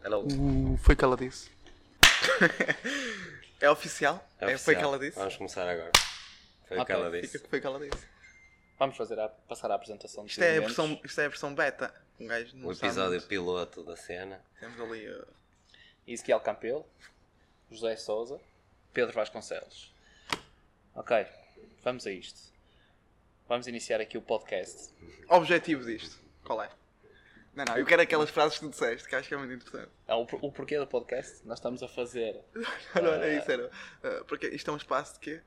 Ela usa. O- Foi o que ela disse. É oficial? É É, Foi o que oficial. ela Ah, disse? Vamos começar agora. Foi o que Ok, ela Fica disse. que foi o que ela disse. Vamos fazer a, passar à apresentação dos Isto é, a elementos. versão, isto é a versão beta. Um gajo não O sabe episódio muito. piloto da cena. é Temos ali. uh, Ezequiel Campelo, José Souza, Pedro Vasconcelos. Ok, vamos a isto. Vamos iniciar aqui o podcast. Objetivo disto. Qual é? Não, não, eu quero aquelas frases que tu disseste, que acho que é muito interessante. Ah, o, por- o porquê do podcast? Nós estamos a fazer. Não, não, era isso, era. uh, porque isto é um espaço de quê?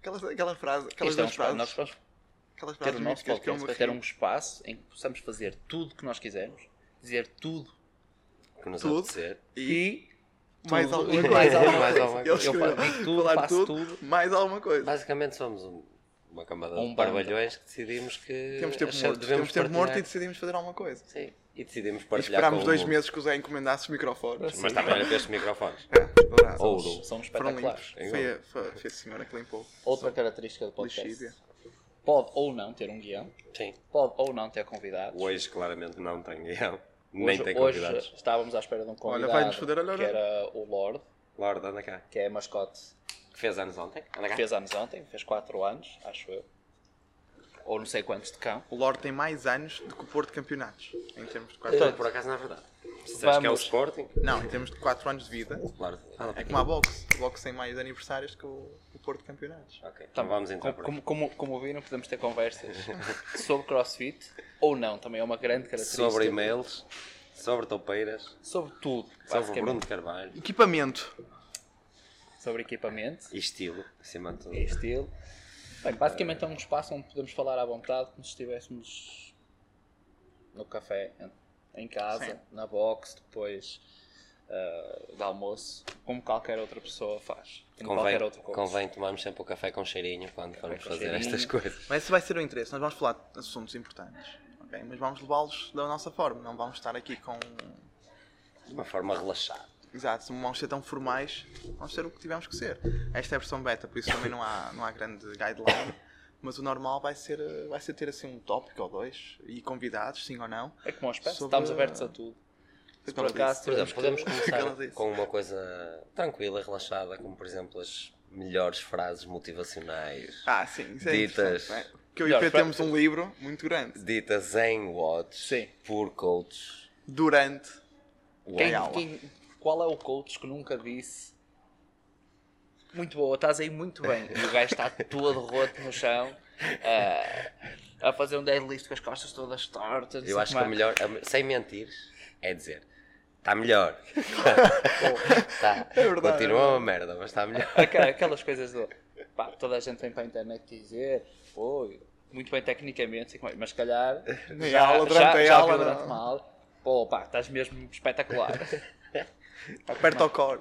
Aquelas, aquela frase, aquelas Isto é um duas espaço- frases. nós vamos Aquelas ter frases o nosso míticas que é eu podcast me para ter um rio. espaço em que possamos fazer tudo o que nós quisermos, dizer tudo Que nos Tudo. apetecer. E e mais tudo. alguma E coisa. mais Mais alguma Eles alguma coisa. eu escolhem. fa- digo tudo, Falar faço tudo, tudo. mais alguma coisa. Basicamente somos um- uma camada Um de bando. barbalhões que decidimos que. Temos tempo eh, achamos- morto, temos tempo morto e partilhar. decidimos fazer alguma coisa. Sim. E decidimos E partilhar. esperámos com o dois mundo. meses que o Zé encomendasse os microfones. Mas também era para estes microfones. Dourado. Ouro. somos Foram espetaculares. limpos. Foi a, foi- foi a senhora que limpou. Outra característica do podcast. Lixívia. Pode ou não ter um guião, Sim. pode ou não ter convidados. Hoje, claramente, não tem guião. Nem Hoje, tem hoje convidados. estávamos à espera de um Olha, convidado vai-nos foder, olha, que olha. era o Lord, Lorde, anda cá. que é mascote Que fez anos ontem. Anda que cá. fez anos ontem, fez 4 anos, acho eu. Ou não sei quantos de cão. O Lorde tem mais anos do que o Porto de Campeonatos. Em termos de 4 Então, anos. por acaso, não é verdade. Se sabes que é o Vamos. Ah, tá Sporting. Não, em termos de 4 anos de vida. Lorde, anda É para como cá. a boxe. A boxe tem mais aniversários que o, o Porto de Campeonatos. Ok, então vamos entrar por como, como, como viram, podemos ter conversas sobre crossfit ou não, também é uma grande aí. característica. Sobre e-mails, sobre toupeiras, Sobre tudo, sobre o Bruno basicamente. de é Carvalho Equipamento. Sobre equipamento e estilo, acima de tudo. e É estilo. Bem, basicamente é um espaço onde podemos falar à vontade como se estivéssemos no café, em casa, Sim. na box, depois ah, do almoço, como qualquer outra pessoa faz. Como Convém, qualquer outro coach. convém tomarmos sempre o café com cheirinho quando formos com fazer cheirinho. estas coisas. Mas esse vai ser o interesse. Nós vamos falar de assuntos importantes. ok? Mas vamos levá-los da nossa forma. Não vamos estar aqui com. De uma forma relaxada. Exato, não vamos ser tão formais. Vamos ser o que tivemos que ser. Esta é a versão beta, por isso também não há, não há grande guideline. Mas o normal vai ser, eh, vai ser ter assim um tópico ou dois e convidados, sim ou não. É como aos pés, Sobre- estamos abertos a tudo. Foi Por como eu acaso, disse. Por exemplo, podemos Ela começar disse. com uma coisa tranquila, relaxada, como por exemplo as melhores frases motivacionais Ah, sim, isso é Ditas. interessante, não é? Porque eu e o Melhor, Pedro fra- temos um livro muito grande. ditas em watts Sim. por coaches. Durante. Quem- Uau. quem- qual é o coach que nunca disse muito boa, estás aí muito bem? E o gajo está todo roto no chão ah, a fazer um deadlift com as costas todas tortas. não Eu sei acho que como a é. melhor, a- sem mentir, é dizer está melhor. tá, verdade, continua é uma merda, mas está melhor. Aquela- Aquelas coisas do pá, toda a gente vem para a internet dizer "Oi, muito bem tecnicamente, sei como é", mas se calhar Na aula, durante a aula, não. ouviu durante uma aula. Pô, pá, estás mesmo espetacular. Aperta o core.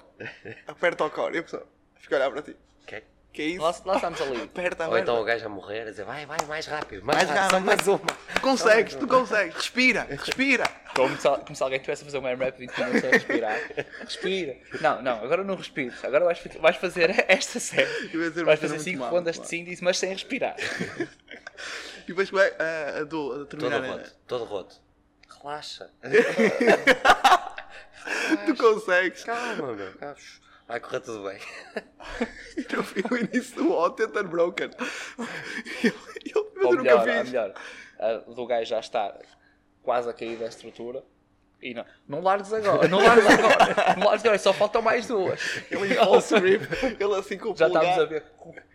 Aperta o core. E a pessoa fica a olhar para ti. Ok? Que é isso? Nós, nós estamos ali. Ah, Aperta, Ou aperta. então o gajo a morrer a dizer vai, vai, mais rápido, mais, Tá Mais rápido, rápido, só mais uma. Tu consegues, tu consegues. Respira, respira. Como se, al- como se alguém tivesse a fazer um air rap 20 minutos a respirar. Respira. Não, não, agora não respires. Agora vais, fa- vais fazer esta série. Eu ia dizer uma cena Vais fazer muito 5 má, rondas muito de síndice, mas sem respirar. má. E depois vai a, a, é do- a Todo terminar. né? roto, todo roto. Relaxa. tu consegues. Calma, meu. calma. Vai correr tudo bem. Eu vi o início do All Tent and Broken. Eu, eu, mas Ou eu nunca melhor, ou fiz. melhor, a do gajo já está quase a cair da estrutura. E não, não largues agora, não largues agora, não largues agora, só faltam mais duas. Ele em false grip, ele assim com o Já polegar. estamos a ver.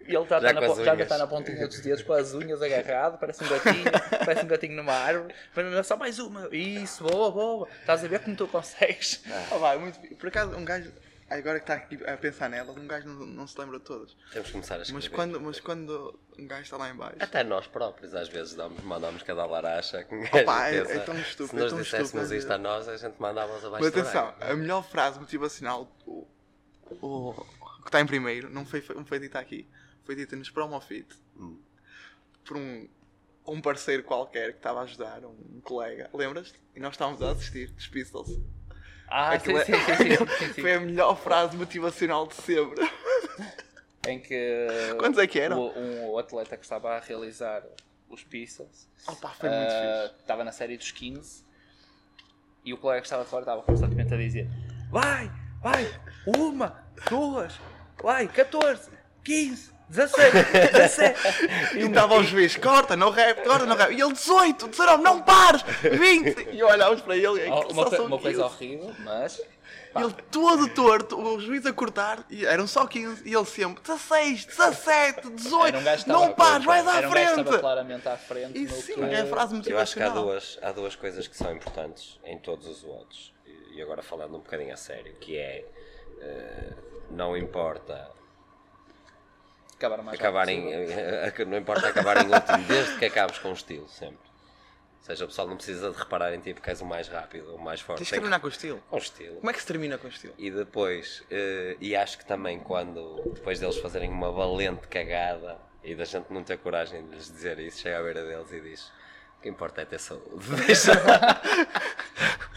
que Ele já, Já está na, com pon- as já unhas. está na pontinha dos dedos com as unhas agarrado, parece um gatinho, parece um gatinho numa árvore. Mas não, só mais uma. Isso, boa, boa. Estás a ver como tu consegues. Ah, vai, muito bi- Por acaso, um gajo, agora que está aqui a pensar nela, um gajo não, não se lembra de todas. Temos que começar a escrever. Mas quando, mas quando um gajo está lá em baixo, Até nós próprios, às vezes, damos, mandamos cada laracha. que um Opa, gajo é- pensa, é tão estúpido, Se é nos tão disséssemos estúpido. isto a nós, a gente mandava-os abaixo Mas atenção, do a melhor frase motivacional, o, o- o que está em primeiro, não foi, não foi dita aqui. Foi dita nos Promofit Hum. por um, um parceiro qualquer que estava a ajudar, um, colega. Lembras-te? E nós estávamos a assistir dos Pistols. Ah, sim, Aquilo é- sim, sim, sim, sim, sim, sim. Foi a melhor frase motivacional de sempre. Em que Quantos é que eram? o, um, o atleta que estava a realizar os pistols Opa, foi muito ah, fixe. estava na série dos 15 E o colega que estava de fora estava constantemente a dizer: Vai, vai, uma, duas, vai, 14, 15, 16, 17. E estava o juiz, corta, não rap, corta, não rap. E ele, 18, 19, não pares, 20. E olhámos para ele, e Oh, aquilo uma, só coi- são uma coisa 15. horrível, mas. Ele todo torto, o juiz a cortar, e eram só 15, e ele sempre 16, 17, 18, Era um gajo que não estava- pares, vais à era um gajo que estava frente! claramente à frente. Isso no sim, que- é a frase Eu acho que há motivacional. duas, há duas coisas que são importantes em todos os votos. E e agora falando um bocadinho a sério, que é eh, não importa acabaram mais acabarem, eh, rápido não importa acabarem em último, desde que acabes com o estilo, sempre. Ou seja, o pessoal não precisa de reparar em ti porque és o mais rápido, o mais forte. Tens que Tem que- terminar com o estilo. Com o estilo. Como é que se termina com o estilo? E depois, eh, e acho que também quando, depois deles fazerem uma valente cagada e da gente não ter coragem de lhes dizer isso, chega à beira deles e diz: O que importa é ter saúde. Deixa possível.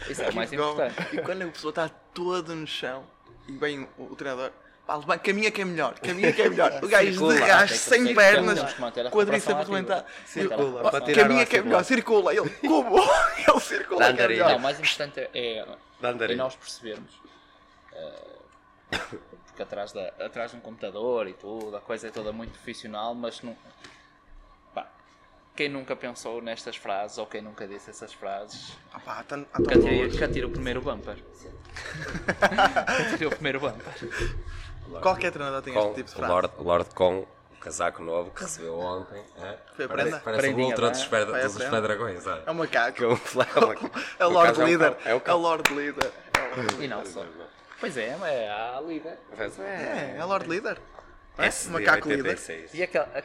Isso é o mais Igual- importante. E quando a pessoa está toda no chão e vem o, o treinador, pá, levanta, caminha que é melhor, caminha que é melhor. O gajo Circula, desgaste tem que sem ser- pernas, temos que manter a quadríceps recuperação ativa. arrebentar. Circula, Eu, para "Oh, tirar o Caminha que é ácido melhor, lático." circula. Ele, como? Ele circula que é Andarilho. Não, melhor. o mais importante é, é Andarilho. nós percebermos. eh, porque atrás, da, atrás de um computador e tudo, a coisa é toda muito profissional, mas não. Pá, quem nunca pensou nestas frases ou quem nunca disse essas frases, Ah pá, tá- ah, tá que atira, boas. que atira o primeiro bumper. que atira o primeiro bumper. Qualquer treinador tem com este tipo de o frase. Lord, o Lord com o casaco novo que recebeu ontem. é? Foi parece a prenda? parece o Prendinha, Ultron não é? dos Super- Foi a dos prenda. Super Dragões. É um macaco. É É o Lord Leader. É o É o cão. Lord Leader. E não só. Pois é, mas é a líder. Pois É, É, é Lord Leader. É? SD Macaco Leader. 86. E aquela. a-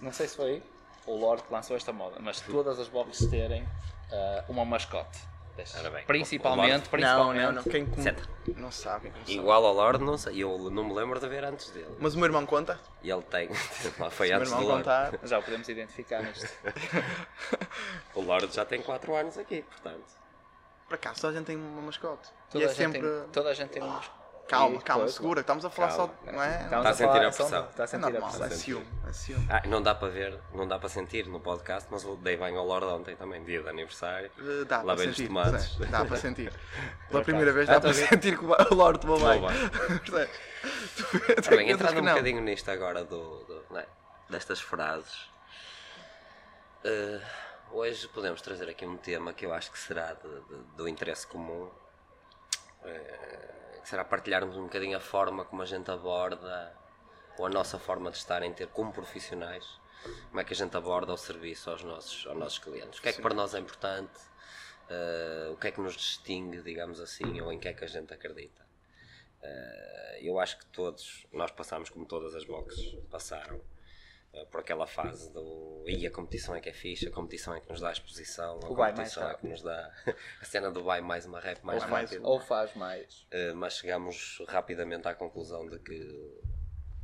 Não sei se foi o Lorde que lançou esta moda, mas todas as boxes terem ah, uma mascote. Dessas. Ora bem, o Principalmente, Lorde- Não, principalmente. não, não. Quem com- Senta. não sabe. não sabe. Igual ao Lord, não sei. Eu não me lembro de ver antes dele. Mas o meu irmão conta. E ele tem. Lá foi O meu antes do irmão Lord. contar. Já o podemos identificar neste. O Lord já tem 4 anos aqui, portanto. Para cá, só a gente tem uma mascote. Toda, e é a gente sempre. tem, toda a gente tem uns. Calma, e- calma, pois, segura, estamos a falar Calma. só. Não é? Estamos Tá a sentir falar a só de- pressão. Está a é sentir a normal, pressão. pressão. assume, assume. Ah, não dá para ver, não dá para sentir no podcast, mas eu dei bem ao Lord ontem também, dia de aniversário. Eh, Dá para Lavei-lhe os sentir, é. tomates. Zé, dá para sentir. Pela primeira vez dá Ah, para tá bem. sentir que o Lorde tomou Tomou bem. Zé, tu- tu Tá bem, pensas entrando que um não. bocadinho nisto agora do, do- né, destas frases. eh, hoje podemos trazer aqui um tema que eu acho que será de- de- do interesse comum. eh, que será partilharmos um bocadinho a forma como a gente aborda, ou a nossa forma de estar em ter como profissionais, como é que a gente aborda o serviço aos nossos, aos nossos clientes. O que é que para nós é importante? eh, o que é que nos distingue, digamos assim, ou em que é que a gente acredita? Ah, eu acho que todos, nós passámos como todas as boxes passaram eh, por aquela fase do e a competição é que é fixe, a competição é que nos dá a exposição, a O vai mais competição é que rápido. nos dá a cena do vai mais uma rap mais Ou rápido. mais faz, ou faz mais. Eh, mas chegamos rapidamente à conclusão de que,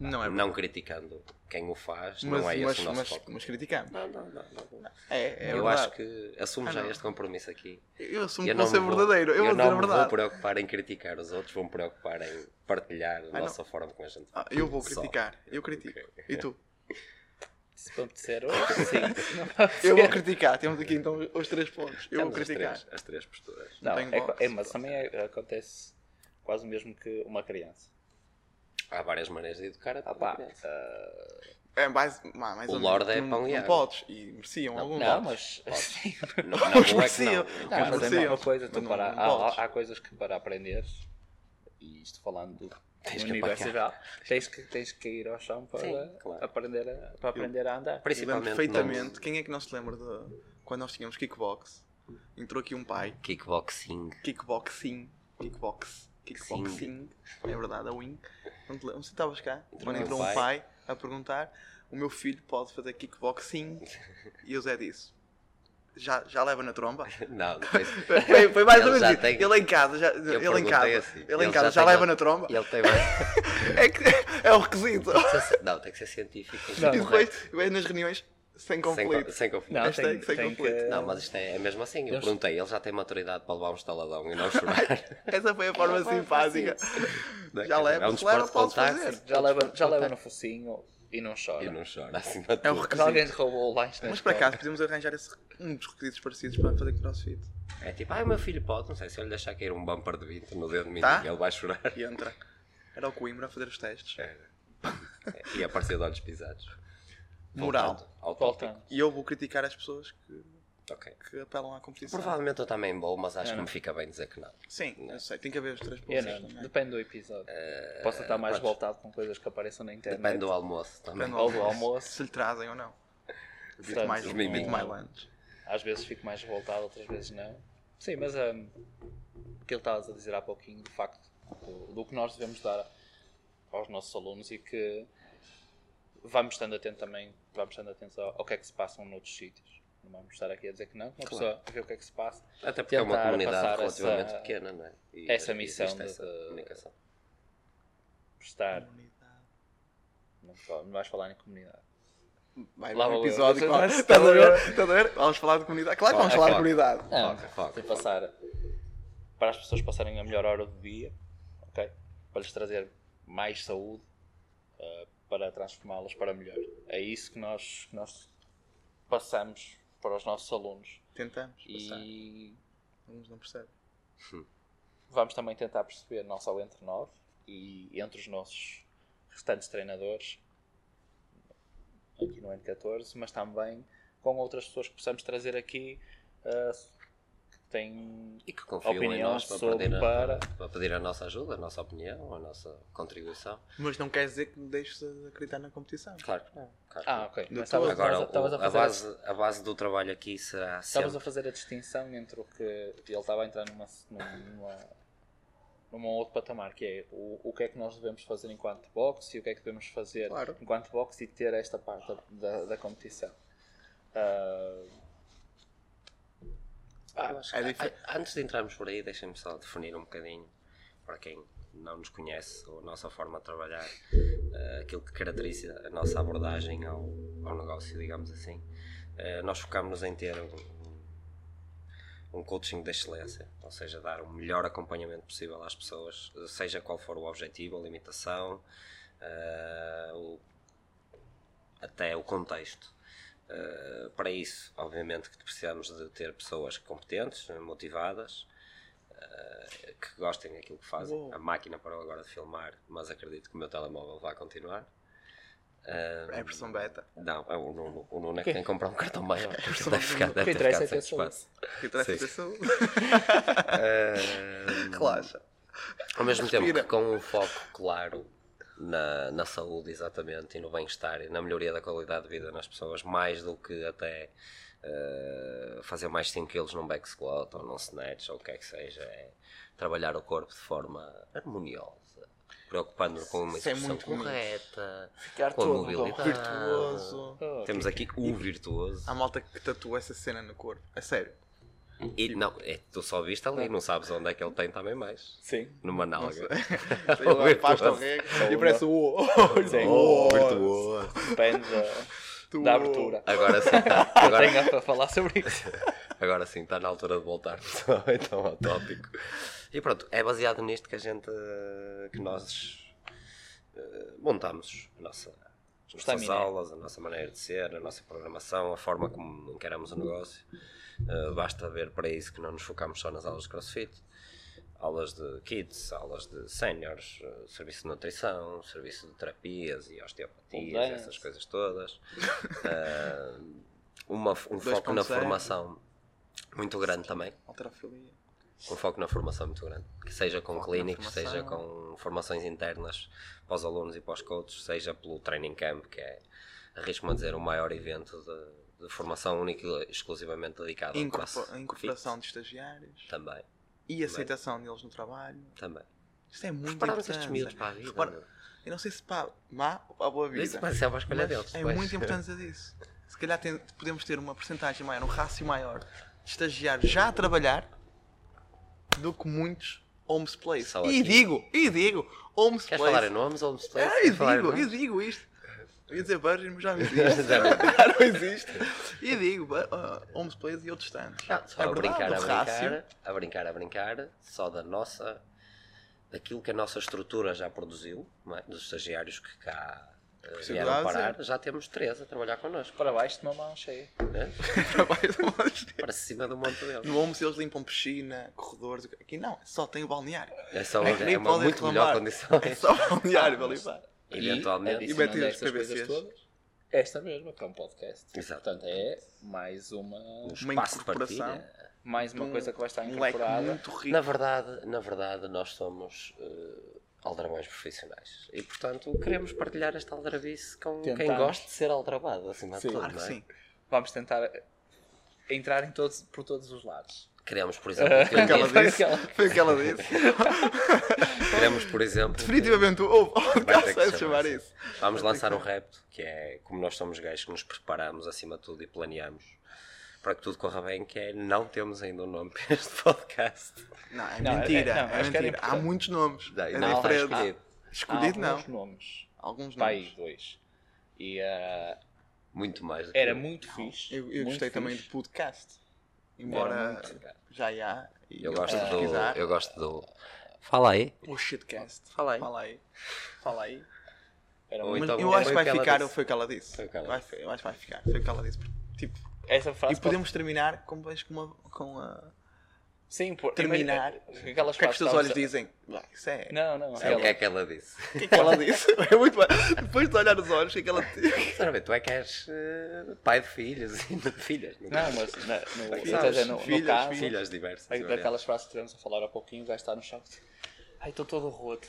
Não é não criticando quem o faz, mas, não é mas, esse o nosso mas, foco. mas criticamos. Não, não, não, não, não. É, é eu verdade. acho que assumo Ah, já não. este compromisso aqui. Eu assumo Eu que vou não ser me Um verdadeiro. Eu, vou dizer não a me verdade. vou preocupar em criticar os outros, vou me preocupar em partilhar a não. nossa forma como a gente Ah, eu vou Só. criticar. Eu critico. E tu? Se vão apetecer hoje, sim. se não Eu vou apetecer- criticar. Temos aqui então os três pontos. Eu vou Temos as criticar. três- as três posturas. Não, tenho é, boxe. é, mas também é- acontece quase o mesmo que uma criança. Há várias maneiras de educar a Ah, pá, criança. É mais, O mais ou menos. Lorde é Não- pão e Não água. podes. E mereciam algum. não, Lorde. mas. Não, não, Mas não é que merecia. não. Não, Mas mas é merecia. uma coisa, tu Mas não- para, não há- podes. há, há coisas que para aprender, e isto falando do Tens do que universo apanhar. geral, tens que, tens que ir ao chão para, Sim, claro. aprender, a, para aprender a andar. Eu lembro Principalmente perfeitamente. no Quem é que não se lembra de quando nós tínhamos kickbox? Entrou aqui um pai, kickboxing. kickboxing, kickbox, kickboxing, é verdade, a wing. Não te lembro, não sei se estavas cá, quando um entrou um pai a perguntar: o meu filho pode fazer kickboxing? E o Zé disse: já, já leva na tromba? Não, depois... Foi, foi mais Ele ou menos já isso. tem- Ele em casa, já, ele em perguntei casa, assim, ele em ele já casa já, tem leva a- na tromba? Ele tem... É, que, é o requisito. Não, tem que ser científico. Não. E Sem depois, depois nas reuniões, sem co- conflito. Sem conflito. Não, Não. Hashtag tem, sem tem que... conflito. mas isto é, é mesmo assim. Eu Eles- perguntei, ele já tem maturidade para levar um estaladão e não chorar. Essa foi a forma simpática. Não é? Já leva, É um se leva, desporto de podes fazer. contacto. já leva, já leva no focinho, E não chora. E não chora assim na É o Mas requisito. alguém te roubou o lanche na Mas por escola. acaso podemos arranjar esse, um dos requisitos parecidos para fazer crossfit. É tipo, ah, o meu filho pode, não sei, se eu lhe deixar cair um bumper de 20 no dedo de mim, Tá? ele vai chorar. E entra. Era o Coimbra a fazer os testes. Era. e apareceu de olhos pisados. Moral. Voltando Ao tópico. Voltando. E eu vou criticar as pessoas que, Ok. que apelam à competição. Provavelmente eu também vou, mas acho É. que me fica bem dizer que não. Sim, eu sei. Tem que haver os três Eu pontos não, também. Eh, depende do episódio. Posso estar mais pronto. voltado com coisas que apareçam na internet. Depende do almoço também. Depende Ou do almoço. Se lhe trazem ou não. Evito Portanto, mais, os evito mimimi. mais lanches. Às vezes fico mais revoltado, outras vezes não. Sim, mas hum, o que ele estavas a dizer há pouquinho, de facto, do, do que nós devemos dar aos nossos alunos e que vamos estando atento também, vamos estando atentos ao, ao que é que se passa noutros sítios. Não vamos estar aqui a dizer que não, uma Claro. pessoa vê o que é que se passa. Até porque é uma Tentar comunidade passar relativamente essa- pequena, não é? E essa existe missão de- essa de- comunicação. Prestar, não, fa- não vais falar em comunidade. Vai Lá haver um vou eu. episódio. Vocês- claro. vocês- Estás a ver? Estás a ver? Vamos falar de comunidade. Claro Ah, que vamos Foca, falar de foca. comunidade. Não, Foca, foca, tem que É, passar para as pessoas passarem a melhor hora do dia, ok? Para lhes trazer mais saúde, eh, para transformá-las para melhor. É isso que nós, que nós passamos para os nossos alunos Tentamos. passar. e Alguns não percebem. vamos também tentar perceber, não só entre nós e entre os nossos restantes treinadores aqui no N14, mas também com outras pessoas que possamos trazer aqui eh, que têm E que confiam em Opinião nós para, sobre pedir a, para- para pedir a nossa ajuda, a nossa opinião, a nossa contribuição. Mas não quer dizer que me deixes de acreditar na competição. Claro que não. claro que Ah, não. ok. Do Mas estavas- todo. Agora, estavas- estavas o- a a, fazer a- base, a base do trabalho aqui será estavas a sempre... fazer a distinção entre o que ele estava a entrar numa, numa, numa, num outro patamar, que é o, o que é que nós devemos fazer enquanto boxe e o que é que devemos fazer Claro. enquanto boxe e ter esta parte da, da, da competição. Ah, Ah, eu acho é que- difer- a- antes de entrarmos por aí, deixem-me só definir um bocadinho, para quem não nos conhece, ou a nossa forma de trabalhar, eh, aquilo que caracteriza a nossa abordagem ao, ao negócio, digamos assim. Eh, nós focamos em ter um- um, coaching de excelência, ou seja, dar o melhor acompanhamento possível às pessoas, eh, seja qual for o objetivo, a limitação, eh, o- até o contexto. Uh, para isso, obviamente, que precisamos de ter pessoas competentes, eh, motivadas, uh, que gostem daquilo que fazem. Uou. A máquina parou agora de filmar, mas acredito que o meu telemóvel vai continuar. Uh, É a versão beta. Não, é o Nuno, o Nuno é que Ah. Ok. tem que comprar um cartão maior. versão deve do ficar, Nuno. deve O que ter interessa ficado é sem ter saúde. espaço. Que interessa Sim. ter saúde. Uh, Relaxa. Ao mesmo Respira. tempo que com um foco claro na, na saúde, exatamente, e no bem-estar e na melhoria da qualidade de vida nas pessoas, mais do que até eh, fazer mais 5 kg num back squat ou num snatch ou o que é que seja, é trabalhar o corpo de forma harmoniosa, preocupando-nos com uma Isso é execução muito bonito. correta, Ficar com a todo mobilidade. Virtuoso. Oh, Temos aqui o virtuoso. Ah. Há malta que tatua essa cena no corpo. É sério. E, tipo. não, é, tu só viste ali, não sabes onde é que ele tem também mais. Sim. Numa nalga. Tem lá é a pasta ao virtuoso. rego E parece o É O. Sim. Oh, virtuoso. Depende da, da abertura. Agora sim, tá. agora Tenho a falar sobre isso. Agora sim, está na altura de voltarmos então ao tópico. E pronto, é baseado nisto que a gente eh, que nós eh, montamos a nossa, as nossas Estamina. aulas, a nossa maneira de ser, a nossa programação, a forma como encaramos o negócio. Eh, basta ver para isso que não nos focamos só nas aulas de crossfit, aulas de kids, aulas de séniores, eh, serviço de nutrição, serviço de terapias e osteopatias, Abundância. essas coisas todas. Eh, uma, um foco na 2.0. formação muito grande também. Alterofilia. Um foco na formação muito grande. Que seja com Foco na clínicos, formação. seja com formações internas para os alunos e para os coaches, seja pelo training camp, que é, arrisco-me a dizer, o maior evento de, de formação única e exclusivamente dedicado ao Incorpora- CrossFit. incorporação de estagiários. Também, E aceitação deles no trabalho. também. Isto é muito Preparamos importante. estes miúdos para a vida. Repara- meu. Eu não sei se para má ou para boa vida. Isso vai ser uma escolha mas deles. é pois. muito importante dizer isso. Se calhar tem- podemos ter uma porcentagem maior, um rácio maior de estagiários já a trabalhar do que muitos homes place. Só E aqui. digo, e digo, homes Queres place. falar em nomes ou nos Ah, eu digo, eu digo isto. Eu ia dizer Virgin, mas já não existe. já não existe. E digo, bu- ah, homes place e outros tantos. Não, só É a verdade, brincar, a o rácio. brincar, a brincar, a brincar, só da nossa, daquilo que a nossa estrutura já produziu, não é? dos estagiários que cá eh, eh, isso eu vieram estava a parar, já temos três a trabalhar connosco. Para baixo de uma mão cheia. né? Para baixo, mas- Para cima do monte deles. No Homes eles limpam piscina, corredores. Aqui não, só tem o balneário. É, só, É que é, nem uma podem muito melhor reclamar. condição. É só o balneário para limpar. Eventualmente. E, E metem e os destas coisas PVCs. todas, esta mesma, que é um podcast. Exato. Portanto, é mais uma, Um Uma espaço de incorporação. partilha. mais uma Um coisa que vai estar Um leque incorporada. muito rico. Na verdade, na verdade, nós somos eh, aldrabões profissionais e, portanto, queremos partilhar esta aldrabice com quem Tentamos. gosta de ser aldrabado, acima Sim. de tudo. Claro que não é? tá- sim. Vamos tentar eh, entrar em todos, por todos os lados. Queremos, por exemplo, que um Aquela dia- disse. Foi o que ela disse. queremos, por exemplo, que Definitivamente houve. Oh, Vai ter que vai chamar chamar assim. isso. vamos lançar um repto, que é como nós somos gajos que nos preparamos acima de tudo e planeamos para que tudo corra bem, que é não temos ainda um nome para este podcast. Não, é Não, é- mentira. não, É acho que era mentira. Há importante. muitos nomes. Não, É não, está diferente. escolhido. Escolhido Há não. alguns nomes. Alguns Está aí nomes. dois. E ah, Muito mais do que era um. muito fixe. Eu, eu muito gostei também fixe. do podcast. Era Embora muito caro. já há. e Eu gosto, posso do, pesquisar. eu gosto do. Fala aí. O shitcast. Fala aí. Fala aí. Fala aí. Era Ou muito- então- eu foi acho o que que vai ela ficar, disse. foi o que ela disse. Foi o que ela Vai- eu acho que vai ficar, foi o que ela disse. Tipo, Essa frase e podemos terminar com, vejo, com, uma, com a. pode- sim, por- terminar. imagina- Aquelas O que é que os frases teus olhos que estavas dizem? Vai, Isso é. a- Não, não. É o aquela- que é que ela disse. O que é que ela disse? É muito bom. Depois de olhar os olhos, o que é que ela disse? Sra. Bento, tu é que és eh, pai de filhos e de filhas. Não, Não, mas na, no, Aqui ou seja, no, no é filhas, caso, Filhas diversas. da- variadas. daquelas frases que estivemos a falar há pouquinho, o gajo está no chão. Ai, estou todo roto.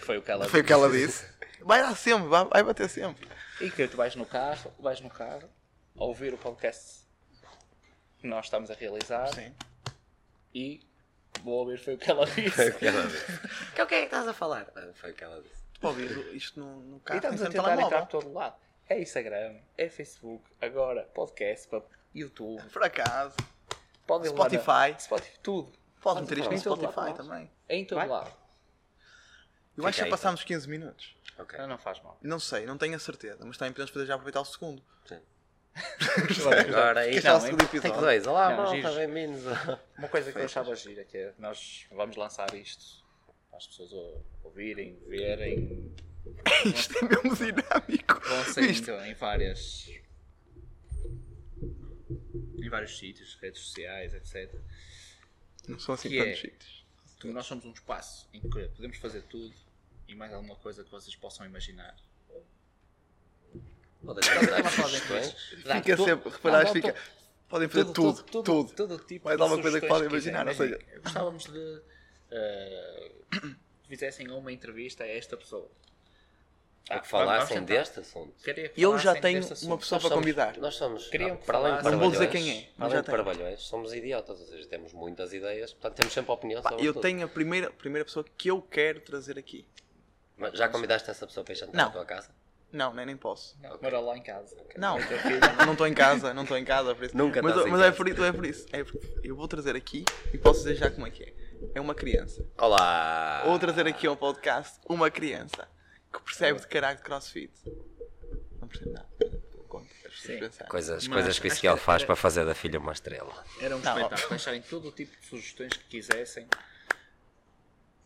Foi o que ela Foi o que ela disse. Vai dar sempre, vai, vai bater sempre. E que tu vais no carro, vais no carro, a ouvir o podcast que nós estamos a realizar Sim. e vou ouvir foi o que ela Foi o disse. que ela disse. Que é o que é que estás a falar? Ah, Foi o que ela disse. Tu pode ouvir isto no, no e carro, estamos a Então sem tentar telemóvel. entrar por todo lado. É Instagram, é Facebook, agora podcast, pa- YouTube, Por acaso. podem ir lá na- Spotify. Spotify, tudo. Pode meter isto Em no todo lado, Spotify nós. também. É em todo Vai. lado. Eu Fica acho que aí, já passámos 15 minutos. Ok. Não, não faz mal. Não sei, não tenho a certeza, mas também podemos fazer já aproveitar o segundo. Sim. Agora, Agora, Fica então, já o não, segundo take episódio. dois. Olá, Não, malta, giros. bem-vindos. é. Uma coisa que eu achava gira que é nós vamos lançar isto para as pessoas ou- ouvirem, verem, Isto é mesmo dinâmico. vão Isto. saindo então, em várias. em vários sítios, redes sociais, etc. Não são assim Que é? tantos sítios. Tu- Nós somos um espaço em que podemos fazer tudo e mais alguma coisa que vocês possam imaginar. Podem dar Estamos a falar de sugestões. coisas. Dá Fica tudo- sempre, reparaste, Ah, não, fica. tudo- Podem fazer tudo, tudo. todo tipo Mais de alguma coisa que sugestões podem quiserem. imaginar, ou seja- Imagina, Gostávamos de. eh, fizessem uma entrevista a esta pessoa. Ou Ah, que vamos falassem tentar. deste assunto. Queria que E eu já falassem tenho deste assunto. uma pessoa Nós para somos- convidar. Nós somos, Queriam que para além de falassem. Não vou dizer trabalhões, quem é, para mas além já de tenho. trabalhões, somos idiotas, ou seja, temos muitas ideias, portanto temos sempre opinião Pá, sobre eu tudo. tenho a primeira, primeira pessoa que eu quero trazer aqui. Mas Já convidaste essa pessoa para ir jantar Não. à tua casa? Não, nem, nem posso. Não, mora lá em casa. Não, É teu filho. eu não estou em casa, não estou em casa, por isso. Nunca mas estás em mas é casa. por isso, é por isso. É porque eu vou trazer aqui e posso dizer já como é que é. É uma criança. Olá! Vou trazer aqui ao podcast uma criança que percebe de caralho de crossfit. Não percebe nada. Conta, é preciso Sim. pensar. Coisas, Mas- coisas que o Ezequiel faz para fazer da filha uma estrela. Era um Tá bom. espetáculo. Deixarem todo o tipo de sugestões que quisessem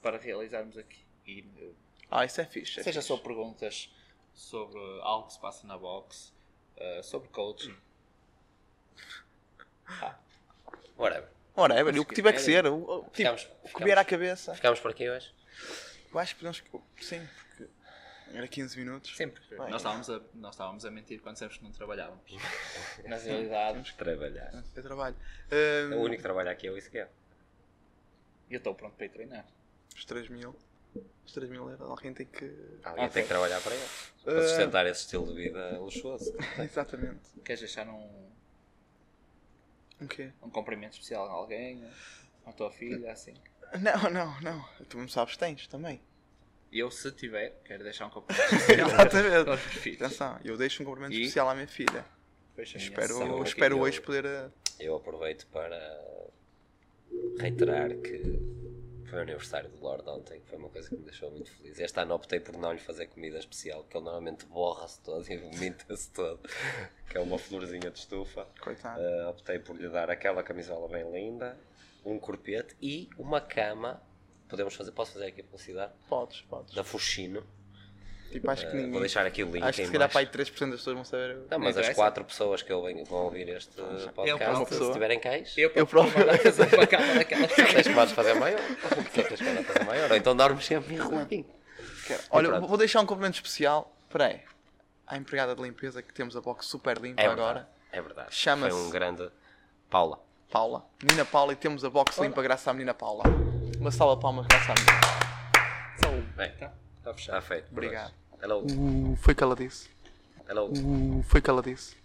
para realizarmos aqui. E, eh, Ah, isso é fixe. é seja fixe. sobre perguntas sobre algo que se passa na box, eh, sobre coaching. Whatever. Ora, é, o que tiver que Era- ser, o, o- tipo, Ficamos- o que ficamos- vier à cabeça. Ficamos por aqui hoje? Eu acho que podemos. Sim, porque era 15 minutos. Sempre. Bem. Nós estávamos, a, nós estávamos a mentir quando dissemos que não trabalhávamos. Na realidade, Trabalhar. Eu trabalho. Ahm, O único que trabalha aqui é o Ezequiel. eu estou pronto para ir treinar. Os 3 mil. Os 3 mil era alguém tem que. Alguém Ah, tem foi. que trabalhar para ele. Para Ah. sustentar esse estilo de vida luxuoso. Exatamente. Queres deixar um, O quê? um cumprimento especial a alguém? À tua filha, assim? Não, não, não. Tu me sabes, tens também. Eu, se tiver, quero deixar um cumprimento especial aos Exatamente. meus filhos. Atenção, eu deixo um cumprimento E? especial à minha filha. Fecha a minha Sim, Espero, eu- espero é eu- hoje poder. eh, Eu aproveito para reiterar que foi o aniversário do Lord ontem, que foi uma coisa que me deixou muito feliz. Este ano optei por não lhe fazer comida especial, porque ele normalmente borra-se todo e vomita-se todo, que é uma florzinha de estufa. Coitado. Uh, optei por lhe dar aquela camisola bem linda, um corpete e uma cama. Podemos fazer, posso fazer aqui a publicidade? Podes, podes. Da Fushino. Tipo, acho que Eh, ninguém. Vou deixar aqui o link Acho que em se calhar para aí baixo. 3% das pessoas vão saber. Não, mas as Interessa. quatro pessoas que eu venho- vão ouvir este próprio. podcast, se estiverem cães, Eu, Eu próprio. próprio. mandar fazer uma cama daquelas. tens que podes fazer maior. Só tens que mandar fazer maior. Ou então dormes sempre em roupinho. Olha, pronto. vou deixar um cumprimento especial. Espera aí. À empregada de limpeza que temos a box super limpa É agora. verdade. É verdade. Chama-se- Foi um grande. Paula. Paula. Menina Paula e temos a box limpa graças à menina Paula. Uma salva de palmas graças à menina. Bem, então, Tá fechado. está feito. Obrigado. Hello. Uh, foi o que ela disse. Hello. Uh, foi o que ela disse.